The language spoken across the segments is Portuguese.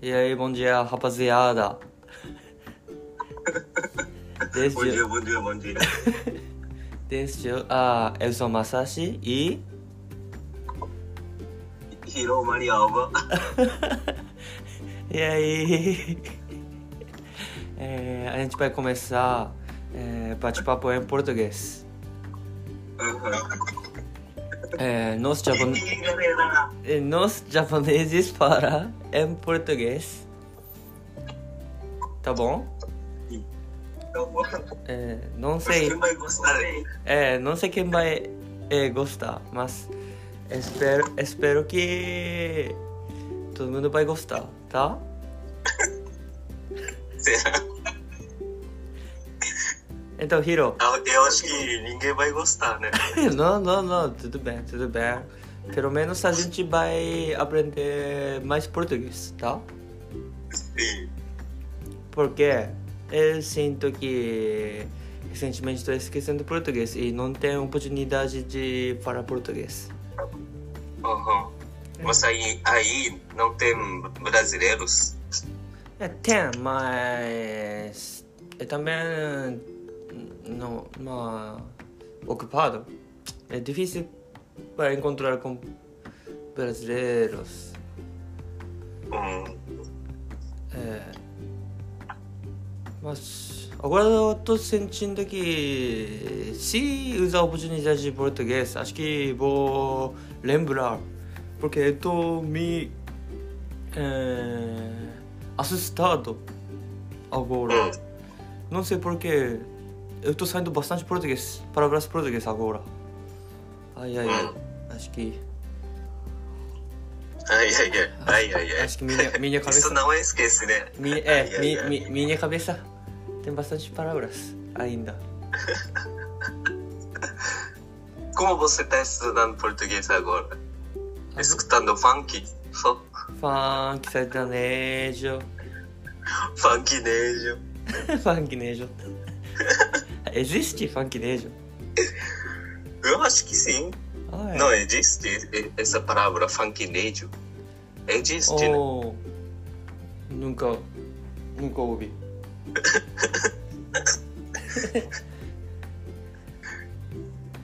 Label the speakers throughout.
Speaker 1: E aí, bom dia, rapaziada. Desde,
Speaker 2: Bom dia, bom dia, bom dia.
Speaker 1: desde, ah, eu sou Masashi e
Speaker 2: Hiro Mari Alba.
Speaker 1: E aí? É, a gente vai começar é, bate-papo em português. É, nós, japon... é, nós japoneses para em português. Tá bom?
Speaker 2: Tá bom.
Speaker 1: É, não sei.
Speaker 2: Quem vai gostar, hein?
Speaker 1: É, não sei quem vai é, gostar, mas espero, espero que todo mundo vai gostar, tá?
Speaker 2: Será?
Speaker 1: Então, Hiro,
Speaker 2: Eu- Eu acho que ninguém vai gostar, né?
Speaker 1: não, não, não, tudo bem, tudo bem. Pelo menos a gente vai aprender mais português, tá?
Speaker 2: Sim.
Speaker 1: Porque eu sinto que recentemente estou esquecendo português e não tenho oportunidade de falar português.
Speaker 2: Uhum. Mas aí, aí não tem brasileiros?
Speaker 1: É, tem, mas é também não, mas ocupado. É difícil para encontrar com brasileiros.
Speaker 2: Hum.
Speaker 1: É. Mas agora eu estou sentindo que se usar a oportunidade de português, acho que vou lembrar. Porque eu estou me é, assustado agora.
Speaker 2: Hum.
Speaker 1: Não sei porquê. Eu tô saindo bastante português. Palavras português agora. Ai, ai, ai. Acho que.
Speaker 2: Ai, ai, ai. Ai, ai, ai.
Speaker 1: Acho que minha, minha
Speaker 2: Isso
Speaker 1: cabeça.
Speaker 2: não esquece, né?
Speaker 1: Mi,
Speaker 2: Ai,
Speaker 1: é,
Speaker 2: ai,
Speaker 1: mi,
Speaker 2: ai.
Speaker 1: mi- minha cabeça tem bastante palavras ainda.
Speaker 2: Como você está estudando português agora? Escutando funk? Só
Speaker 1: Funk, sertanejo.
Speaker 2: funk né, nejo.
Speaker 1: Funknejo. Existe funknejo?
Speaker 2: Eu acho que sim.
Speaker 1: Ah, é.
Speaker 2: Não existe e- é, essa palavra funk nejo. Existe, né?
Speaker 1: Oh, nunca, nunca ouvi.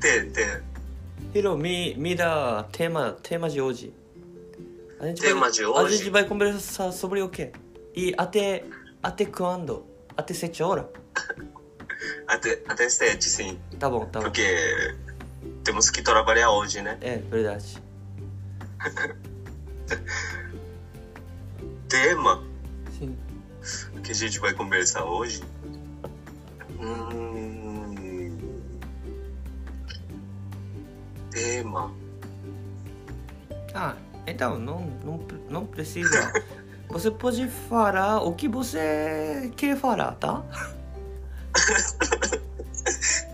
Speaker 2: Tem, tem.
Speaker 1: Hiro, me, me dá tema, tema de hoje. A gente vai,
Speaker 2: Tema de hoje?
Speaker 1: A gente vai conversar sobre o quê? E até, até quando? Até sete horas?
Speaker 2: Até, até sete, sim.
Speaker 1: Tá bom, tá bom.
Speaker 2: Porque temos que trabalhar hoje, né?
Speaker 1: É, verdade.
Speaker 2: Tema
Speaker 1: Sim.
Speaker 2: que a gente vai conversar hoje. Hum... Tema.
Speaker 1: Ah, então, não, não, pre- não precisa. Você pode falar o que você quer falar, tá?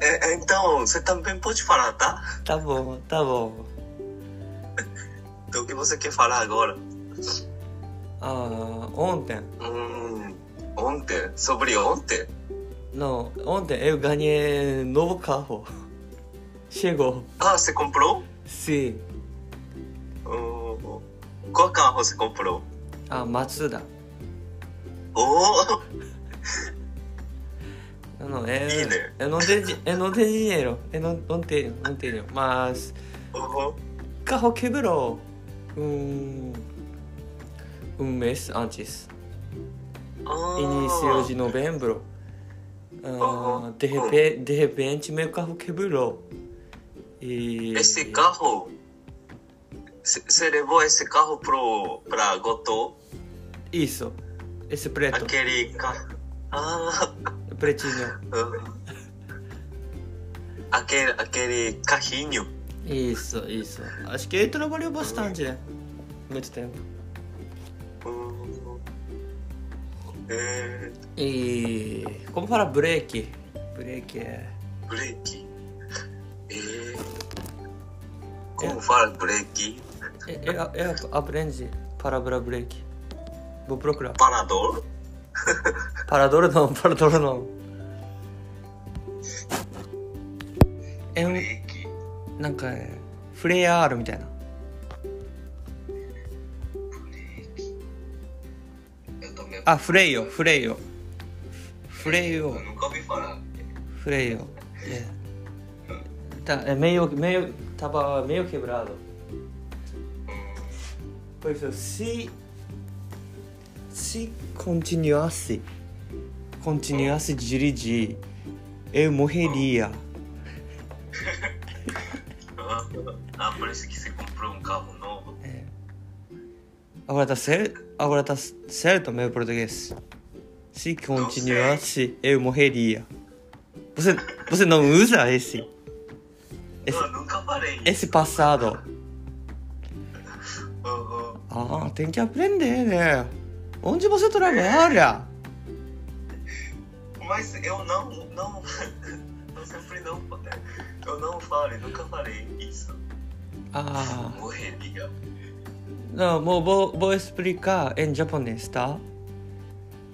Speaker 2: É, é, então, você também pode falar, tá?
Speaker 1: Tá bom, tá bom.
Speaker 2: Do que você quer falar agora?
Speaker 1: Ah, ontem,
Speaker 2: Hum, ontem? Sobre ontem?
Speaker 1: não, ontem eu ganhei novo carro. Chegou.
Speaker 2: Ah, você comprou?
Speaker 1: Sim.
Speaker 2: Hum, qual carro você comprou?
Speaker 1: Ah, Matsuda.
Speaker 2: Oh,
Speaker 1: Eu não, eu,
Speaker 2: E, né?
Speaker 1: eu não tenho, di- eu não tenho dinheiro. Eu não, não tenho, não tenho. Mas
Speaker 2: oh,
Speaker 1: carro quebrou um, um mês antes.
Speaker 2: oh. oh,
Speaker 1: Início de novembro. Ah, de, repente, de repente meu carro quebrou. E.
Speaker 2: Esse carro. c- Você levou esse carro pro, pra Gotô?
Speaker 1: Isso. Esse preto.
Speaker 2: Aquele carro. Ah,
Speaker 1: Pretinho.
Speaker 2: aquele, aquele carrinho.
Speaker 1: Isso, isso. Acho que ele trabalhou bastante, né? Muito tempo.
Speaker 2: Hum. É,
Speaker 1: E. Como fala break? Break é.
Speaker 2: break. É, como fala break?
Speaker 1: Eu, eu- eu aprendi palavra break. Vou procurar.
Speaker 2: Parador?
Speaker 1: Parador não, parador não. É um.
Speaker 2: Break.
Speaker 1: なんか、フレアールみたいな。 Ah, freio, freio. Freio,
Speaker 2: Nunca vi falar.
Speaker 1: freio. É. Tá, é meio, meio, tava meio quebrado. Por isso, se, se continuasse, continuasse dirigir, eu morreria.
Speaker 2: Ah, parece que você comprou um carro novo.
Speaker 1: Agora tá certo? Agora tá certo meu português? Se continuasse, eu morreria. Você, você não usa esse, Esse-
Speaker 2: Não, nunca parei.
Speaker 1: esse passado.
Speaker 2: Uhum.
Speaker 1: Ah, tem que aprender, né? Onde você trabalha?
Speaker 2: Mas eu não, não. Eu sempre não. Eu não falei, nunca falei isso.
Speaker 1: Ah,
Speaker 2: Morreria.
Speaker 1: não, vou, vou, vou explicar em japonês, tá?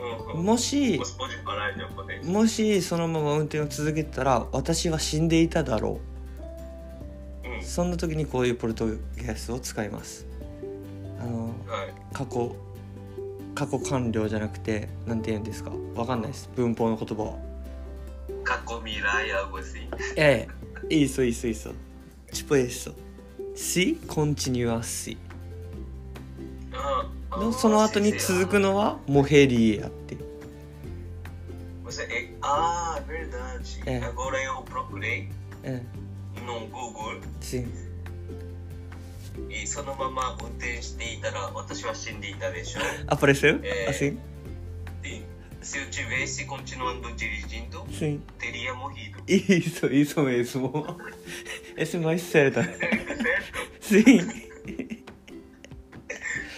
Speaker 2: Uhum.
Speaker 1: もし、
Speaker 2: Você pode falar em japonês?
Speaker 1: もしそのまま運転を続けてたら、私は死んでいただろう。そんな時にこういうポルトゲスを使います。あの、
Speaker 2: うん。はい。
Speaker 1: 過去過去完了じゃなくてなんて言うんですかわかんないです文法の言葉は
Speaker 2: 過去未来 algo assim.
Speaker 1: ええいいそういいそういいそうチプエソ si continuasi
Speaker 2: うん
Speaker 1: のその後に続く。のはモヘリエアっていう
Speaker 2: Você, é, ah, verdade.
Speaker 1: É.
Speaker 2: Agora eu procurei
Speaker 1: え
Speaker 2: no Google
Speaker 1: え次
Speaker 2: e そのまま運転していたら私は死んでいたでしょう。
Speaker 1: apareceu
Speaker 2: ええ
Speaker 1: assim
Speaker 2: Sim. Se eu tivesse continuando dirigindo,
Speaker 1: sim
Speaker 2: teria morrido.
Speaker 1: isso isso mesmo esse mais certo
Speaker 2: Tá certo?
Speaker 1: sim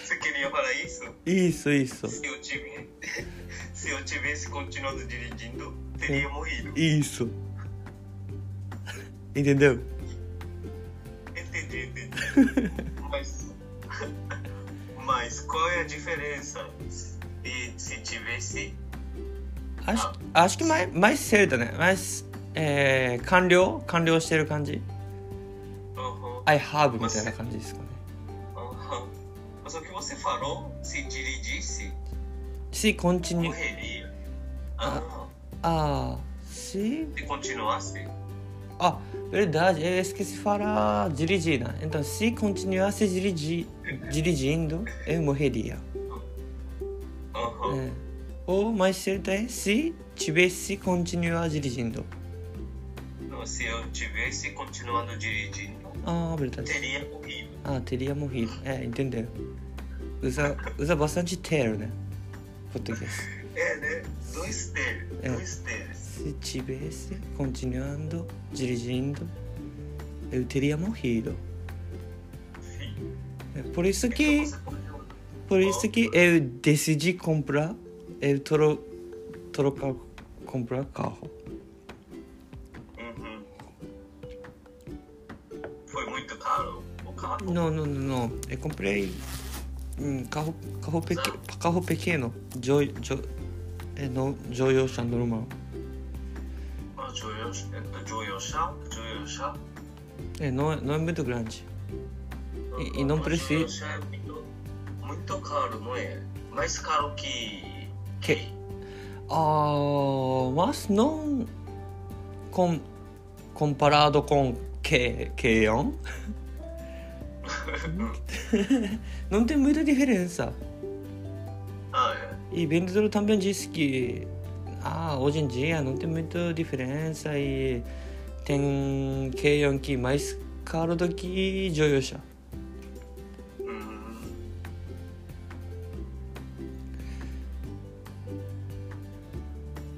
Speaker 2: Você queria falar isso?
Speaker 1: isso isso
Speaker 2: Se eu tivesse, se eu tivesse continuando dirigindo, teria morrido.
Speaker 1: isso entendeu
Speaker 2: Entendi, entendi. Mas, mas qual é a diferença? E se tivesse.
Speaker 1: Acho, acho que mais, mais cedo, né? Mas. É, 完了完了してる感じ
Speaker 2: Uhum,
Speaker 1: I have みたいな感じですかね。
Speaker 2: uhum. Mas o que você falou, se dirigisse,
Speaker 1: Se continue.
Speaker 2: morreria. Ah,
Speaker 1: あー、se.
Speaker 2: se continuasse.
Speaker 1: Ah, verdade. Eu esqueci de falar dirigir, né? Então, se continuasse dirigi, dirigindo, eu morreria.
Speaker 2: Uhum.
Speaker 1: É. Ou mais cedo é se tivesse continuar dirigindo.
Speaker 2: Não, Se eu tivesse continuando dirigindo,
Speaker 1: Ah, verdade.
Speaker 2: teria morrido.
Speaker 1: Ah, teria morrido. É, entendeu? Usa, usa bastante ter, né? Português.
Speaker 2: É, né? Dois ter,
Speaker 1: É.
Speaker 2: dois ter.
Speaker 1: Se tivesse continuando dirigindo, eu teria morrido.
Speaker 2: Sim.
Speaker 1: É por isso que,
Speaker 2: Então você pode-
Speaker 1: por isso que eu decidi comprar, eu tro, trocar, comprar carro.
Speaker 2: Uhum. Foi muito caro o carro.
Speaker 1: Não, não, não, não. Eu comprei um carro, carro, peque, carro pequeno, jo, jo, é no, joyosha normal.
Speaker 2: Ah, Joyosha, Joyosha,
Speaker 1: É, não, é- não é muito grande. E- e não preci-
Speaker 2: Joyosha é muito, muito caro, não é? Mais caro que.
Speaker 1: Que- Ah, mas não com, comparado com que, que on? não tem muita diferença.
Speaker 2: Ah, é.
Speaker 1: E vendedor também disse que ah, hoje em dia não tem muita diferença e tem que on que mais caro do que Joyosha.
Speaker 2: Hum,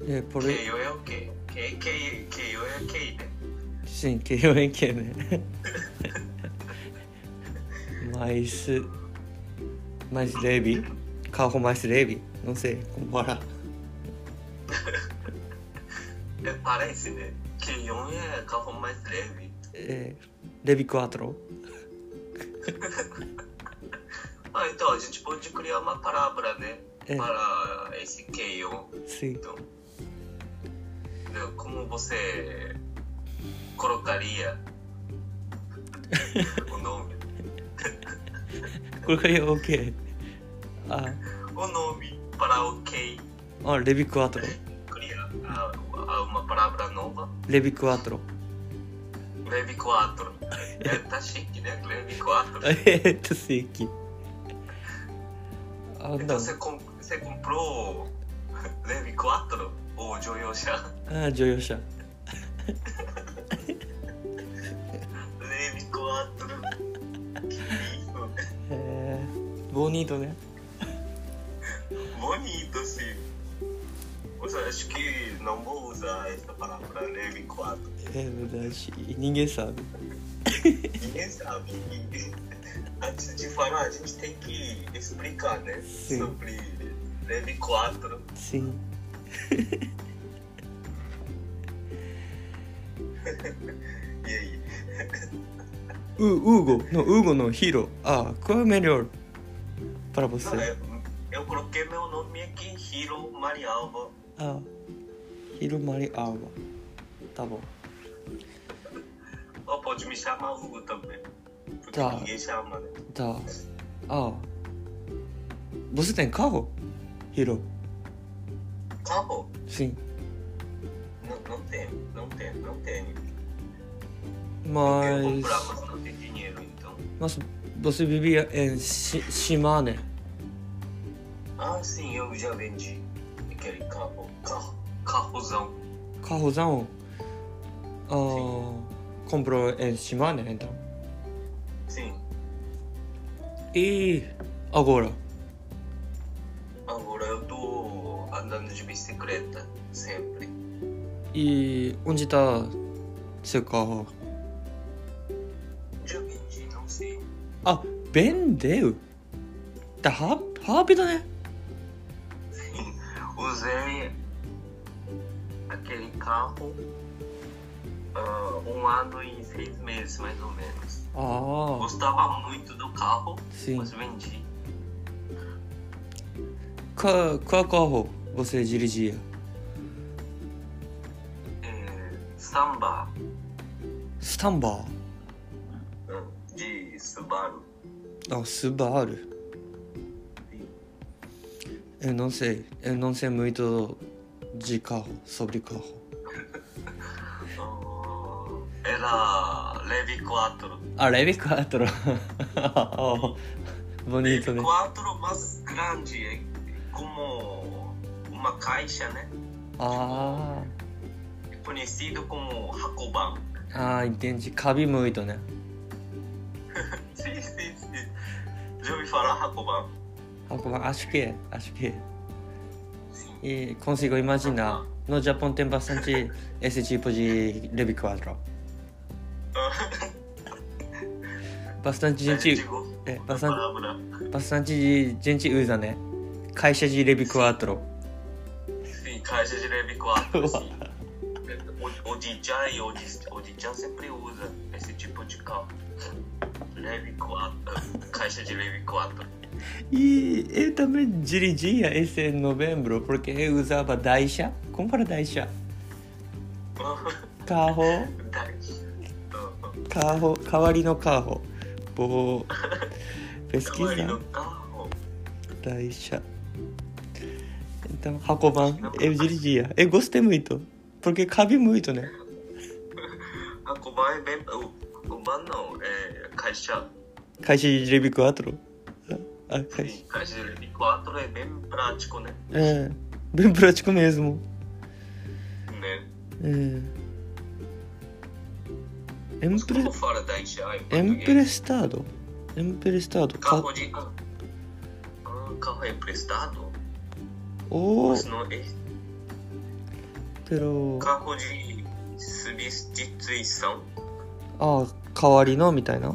Speaker 1: É, por
Speaker 2: Keio é o quê? Ke- Ke- Keio é Kei, né?
Speaker 1: Sim, que eu em que, né? mas. Mais leve. Carro mais leve. Não sei, comparar.
Speaker 2: É, parece, né? Keion é carro mais leve.
Speaker 1: É, leve 4.
Speaker 2: Ah, então a gente pode criar uma palavra, né?
Speaker 1: É.
Speaker 2: Para esse Keion.
Speaker 1: Sim.
Speaker 2: Então, né, como você colocaria o nome?
Speaker 1: Colocaria o quê? Ah,
Speaker 2: O nome para o que
Speaker 1: Ah, Levi Quattro.
Speaker 2: criar ah, ah, uma palavra nova.
Speaker 1: Levi Quattro.
Speaker 2: Leve 4. É, tá chique, né? Leve 4.
Speaker 1: É, tá sick. Ah,
Speaker 2: Então
Speaker 1: não.
Speaker 2: você, com- você comprou Leve 4 ou Joyosha?
Speaker 1: Ah, 乗用車。
Speaker 2: Leve 4. Que lindo.
Speaker 1: へえ。ボニートね。
Speaker 2: Bonito, sim. Mas eu acho que não vou usar essa palavra né? Leve 4.
Speaker 1: えー、無駄し、人間さ。
Speaker 2: Ninguém sabe. ninguém- Antes de falar, a gente tem que explicar, né?
Speaker 1: Sim.
Speaker 2: Sobre né, Leve 4.
Speaker 1: Sim.
Speaker 2: E aí?
Speaker 1: ウウーゴのウーゴのヒーロー。あ、クアメリョル。パラボス。
Speaker 2: Não, eu, É, eu coloquei meu nome aqui, Hiro Marialva.
Speaker 1: あ、ヒルマリアーバ。多分。
Speaker 2: Ó, pode me chamar Hugo também. Porque
Speaker 1: Tá.
Speaker 2: ninguém chama, né?
Speaker 1: だ。あ。ボステンカホ。ヒーロー。
Speaker 2: Acabou.
Speaker 1: シ
Speaker 2: Não, não tem, não tem, não tem.
Speaker 1: ン。まあ、
Speaker 2: Eu vou comprar, mas não tem dinheiro, então.
Speaker 1: まず、ボスビビアエンシシマーネ。
Speaker 2: Ah, sim, eu já vendi aquele carro. Carro, carrozão.
Speaker 1: カホザン。あ、コンプロエンシマーネ。エンタ。
Speaker 2: Sim.
Speaker 1: いい。アゴラ。
Speaker 2: Agora eu tô andando de bicicleta, sempre.
Speaker 1: いい。オンジタ。セカホ。
Speaker 2: Já vendi, não sei.
Speaker 1: あ、ベンデウ。だ、ハー、ハービだね。
Speaker 2: Usei aquele carro ah, um ano e seis meses, mais ou menos.
Speaker 1: ああ、
Speaker 2: Gostava muito do carro,
Speaker 1: シン
Speaker 2: mas。vendi.
Speaker 1: か、かかほ、ボセジリジ
Speaker 2: É, samba
Speaker 1: ア。スタンバ
Speaker 2: ah, de Subaru.
Speaker 1: ー。あ、スバール。え、なんせ、え、なんせむいと。ジカホ、ソブリカホ。
Speaker 2: Ah, era Leve 4.
Speaker 1: あ、レビカートロ。あ ボニート
Speaker 2: Leve
Speaker 1: ね。
Speaker 2: 4, mas grande, é como uma caixa, né?
Speaker 1: あ
Speaker 2: Conhecido como Hakoban.
Speaker 1: あ、ああ、インテンジ、カビむいとね。
Speaker 2: Sim, sim, sim. Já ouvi falar Hakoban.
Speaker 1: あ、ごめん、アシュケ、アシュケ。
Speaker 2: Sim.
Speaker 1: E consigo imaginar. No Japão tem bastante esse tipo de Levi Quadro. Bastante gente,
Speaker 2: Digo,
Speaker 1: é,
Speaker 2: a
Speaker 1: bastante,
Speaker 2: palavra.
Speaker 1: bastante gente usa, né? Caixa de Levi Quadro.
Speaker 2: Sim, caixa de leve 4, assim. O, o DJ, o, dis- o DJ sempre usa esse tipo de carro. Leve 4, caixa de leve 4.
Speaker 1: E eu também dirigia esse novembro, porque eu usava Daisha. Como para Daisha? Carro, carro, kawari no carro. Vou pesquisar.
Speaker 2: Cavalo carro.
Speaker 1: Daisha. Então, Hakoban, eu dirigia. Eu gostei muito, porque cabe muito, né?
Speaker 2: A Cuban é bem. O Cuban não, é caixa.
Speaker 1: Caixa de Drive 4? Ah, caixa.
Speaker 2: Sim, caixa de leve 4 é bem prático, né?
Speaker 1: É, bem prático mesmo.
Speaker 2: né?
Speaker 1: É.
Speaker 2: Mas
Speaker 1: Empre...
Speaker 2: como fora da Isha em
Speaker 1: é
Speaker 2: português?
Speaker 1: Emprestado. Emprestado. Ca...
Speaker 2: Carro de. Ah, ah, carro emprestado?
Speaker 1: Oh,
Speaker 2: Mas não é.
Speaker 1: pero...
Speaker 2: 過去にsubstituição
Speaker 1: Ah, 代わりのみたいな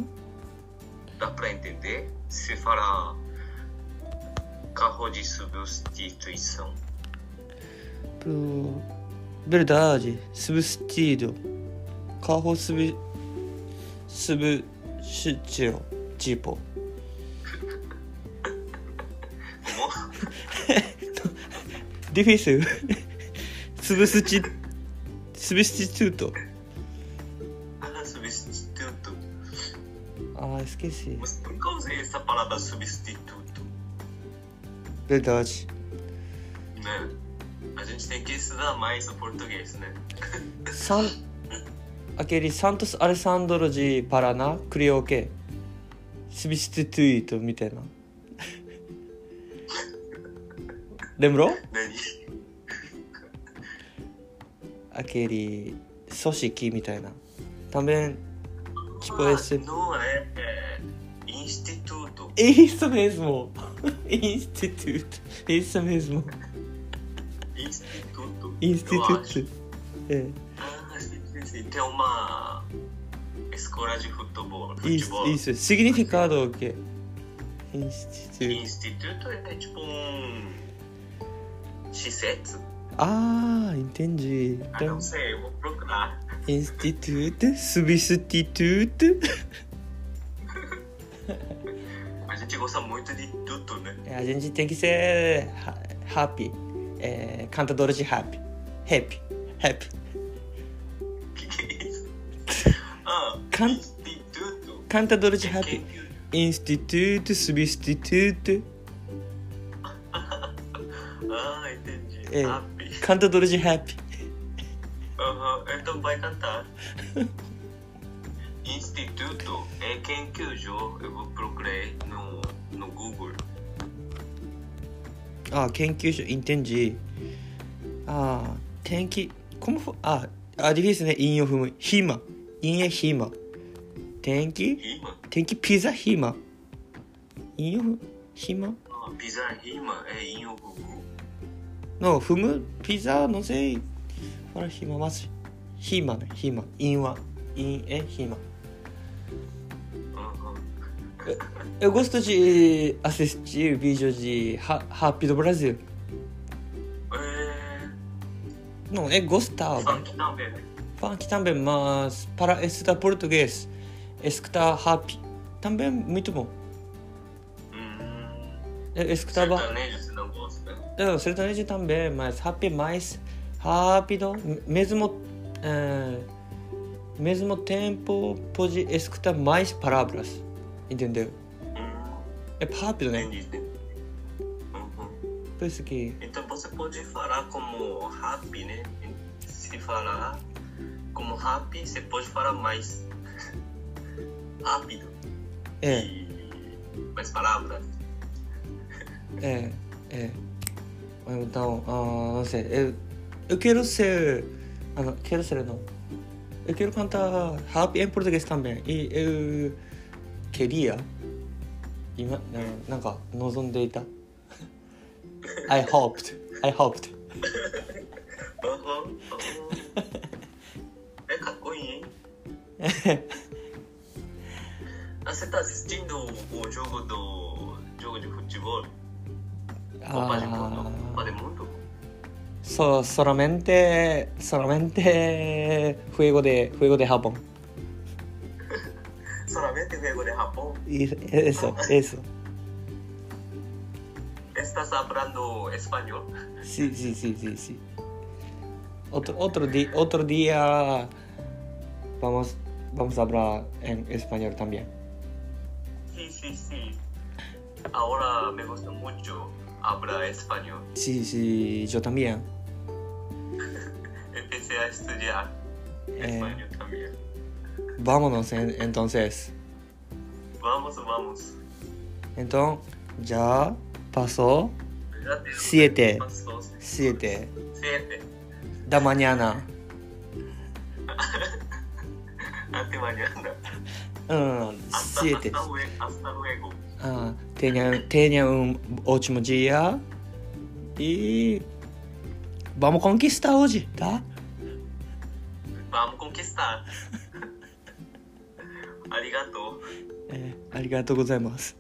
Speaker 2: dá para entender se falar carro de substituição
Speaker 1: Pro... Verdade. Substido. Carro sub... Substituto. Tipo.
Speaker 2: como
Speaker 1: Difícil. Substituto. Substituto.
Speaker 2: Ah, substituto
Speaker 1: Ah, esqueci.
Speaker 2: mas nunca usei essa palavra substituto
Speaker 1: Verdade.
Speaker 2: né tem que estudar mais o português, né?
Speaker 1: サンアケリサントス・アレサンドロジ・パラナ・クリオケスビスティトゥイトみたいなレムロ
Speaker 2: Nani?
Speaker 1: アケリ組織みたいな多分 Tipo esse.
Speaker 2: Não é, é instituto.
Speaker 1: Isso mesmo! Instituto! Isso mesmo!
Speaker 2: Instituto. eu acho.
Speaker 1: Instituto! É.
Speaker 2: Ah, sim, sim, sim. Tem uma escola de futebol.
Speaker 1: Isso,
Speaker 2: futebol.
Speaker 1: isso. Significado o quê? Instituto.
Speaker 2: Instituto é tipo um. X7?
Speaker 1: Ah, entendi.
Speaker 2: Ah,
Speaker 1: Então,
Speaker 2: não sei, eu vou procurar.
Speaker 1: instituto, substituto.
Speaker 2: A gente gosta muito de tudo, né?
Speaker 1: É, A gente tem que ser ha- happy. É, cantadora de rap. Rap. Rap.
Speaker 2: Que que é isso? Ah,
Speaker 1: Can-
Speaker 2: instituto.
Speaker 1: Cantadora de
Speaker 2: É
Speaker 1: rap.
Speaker 2: quem que-
Speaker 1: Instituto, substituto.
Speaker 2: Ah, entendi.
Speaker 1: É.
Speaker 2: Sabe?
Speaker 1: Cantadora de rap.
Speaker 2: Aham, então vai cantar. Instituto é quem que eu jo- eu vou procurar no, no Google.
Speaker 1: Ah, Kenkyushu, entendi. Ah, tem que. Como foi? Ah, ah, difícil, né? Yin ou rima. Rima. Yin é rima. Tem que.
Speaker 2: Rima?
Speaker 1: Tem que pisar rima. Yin ou rima?
Speaker 2: Ah, Pisar rima é em o Google.
Speaker 1: Não, fumo, pisar, não sei. Fora rima, mas. Rima, né? Rima. Yin wa. Yin é rima.
Speaker 2: Aham.
Speaker 1: Eu gosto de assistir vídeos de Ra- Rápido Brasil.
Speaker 2: É...
Speaker 1: Não, é gostava.
Speaker 2: Funk também, né?
Speaker 1: Funk também, mas para estudar português, escutar rap também é muito bom.
Speaker 2: Hum,
Speaker 1: Eu escutava
Speaker 2: sertanejo você não gosta?
Speaker 1: não, sertanejo também, mas rap é mais rápido, mesmo eh, mesmo tempo pode escutar mais palavras, entendeu?
Speaker 2: Hum,
Speaker 1: É rápido, né?
Speaker 2: entendi. Uhum.
Speaker 1: Por isso que
Speaker 2: Então você pode falar como rap, né? Se falar como rap, você pode falar mais rápido.
Speaker 1: é,
Speaker 2: E mais palavras.
Speaker 1: é, é. Então, ah, não sei, eu, eu quero ser, ah, não, quero ser não. Eu quero cantar rap em português também. E eu queria, ima, não,なんか望んでいた。I hoped, I hoped.
Speaker 2: Uhum, uhum. É cacunha, hein? Ah, você tá assistindo o o jogo do. jogo de futebol?
Speaker 1: Ah.
Speaker 2: Copa de Mundo? Copa de Mundo?
Speaker 1: So, solamente, solamente juego de, juego de Japón.
Speaker 2: Solamente jogo de Japão?
Speaker 1: Y eso, eso.
Speaker 2: Estás falando espanhol?
Speaker 1: Sí, sí, sí, sí, sí. Otro, otro, di- otro día vamos, vamos a hablar en español también.
Speaker 2: Sim, sim, sim. Agora me gusta muito hablar espanhol.
Speaker 1: Sí, sí, yo también.
Speaker 2: Empecé a estudar espanhol também.
Speaker 1: Vámonos en- entonces.
Speaker 2: Vamos, vamos.
Speaker 1: Entonces, ya pasó
Speaker 2: Já deu.
Speaker 1: É. Siete.
Speaker 2: Passou
Speaker 1: 7
Speaker 2: sete.
Speaker 1: de la mañana.
Speaker 2: Até amanhã.
Speaker 1: Ah,
Speaker 2: Hasta,
Speaker 1: siete.
Speaker 2: hasta lue- hasta luego.
Speaker 1: Ah, tengan, tengan un ótimo día y vamos a conquistar hoy, ¿tá?
Speaker 2: Vamos conquistar. Arigatou.
Speaker 1: Eh, arigatou gozaimasu.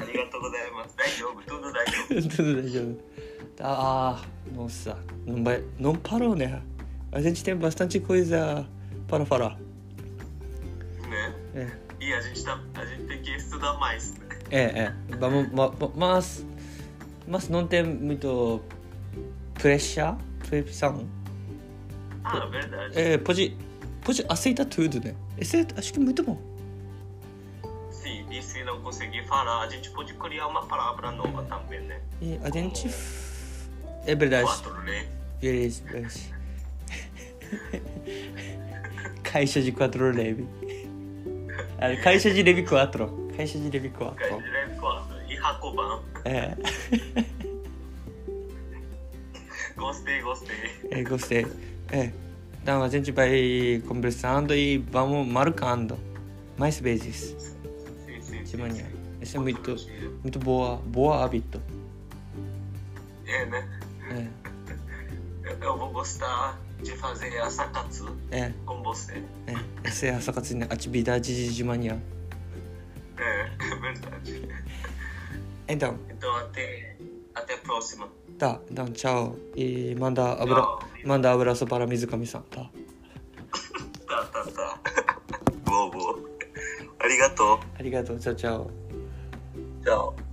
Speaker 2: Arigatou gozaimasu. Daijoubu, tudo daijoubu.
Speaker 1: Tudo bem, Ah, nossa, não, vai, não parou, né? A gente tem bastante coisa para falar.
Speaker 2: Né?
Speaker 1: É,
Speaker 2: E a gente, tá, a gente tem que estudar mais. né?
Speaker 1: é. é. Vamos, ma- ma- mas, mas não tem muito pressão. pressão.
Speaker 2: Ah, verdade.
Speaker 1: É, pode, pode aceitar tudo, né? Esse é- acho que é muito bom.
Speaker 2: Sim, e se não conseguir falar, a gente pode criar uma palavra nova também, né?
Speaker 1: E a gente f- É verdade.
Speaker 2: Quatro, né?
Speaker 1: Beleza, beleza. Caixa de 4 leve. Ah, Caixa de leve 4. Caixa de leve 4.
Speaker 2: Caixa de leve quatro. E Hakoban.
Speaker 1: É,
Speaker 2: Gostei, gostei.
Speaker 1: é, gostei. É. Então a gente vai conversando e vamos marcando mais vezes
Speaker 2: Sim, sim.
Speaker 1: de
Speaker 2: sim,
Speaker 1: manhã.
Speaker 2: sim.
Speaker 1: Isso é muito,
Speaker 2: divertido.
Speaker 1: muito boa, boa hábito.
Speaker 2: É, né?
Speaker 1: É,
Speaker 2: Eu, eu vou gostar de fazer a sakatsu
Speaker 1: é,
Speaker 2: com você.
Speaker 1: é. Essa é a sua atividade de manhã.
Speaker 2: É, é verdade.
Speaker 1: Então,
Speaker 2: Então até, até a próxima.
Speaker 1: tá. Então, tchau. E manda, abra...
Speaker 2: Tchau.
Speaker 1: manda abraço para Mizukami-san, tá?
Speaker 2: たたた。 ボーボー。ありがと
Speaker 1: ありがとう。チャオチャオ。
Speaker 2: う。じゃあ。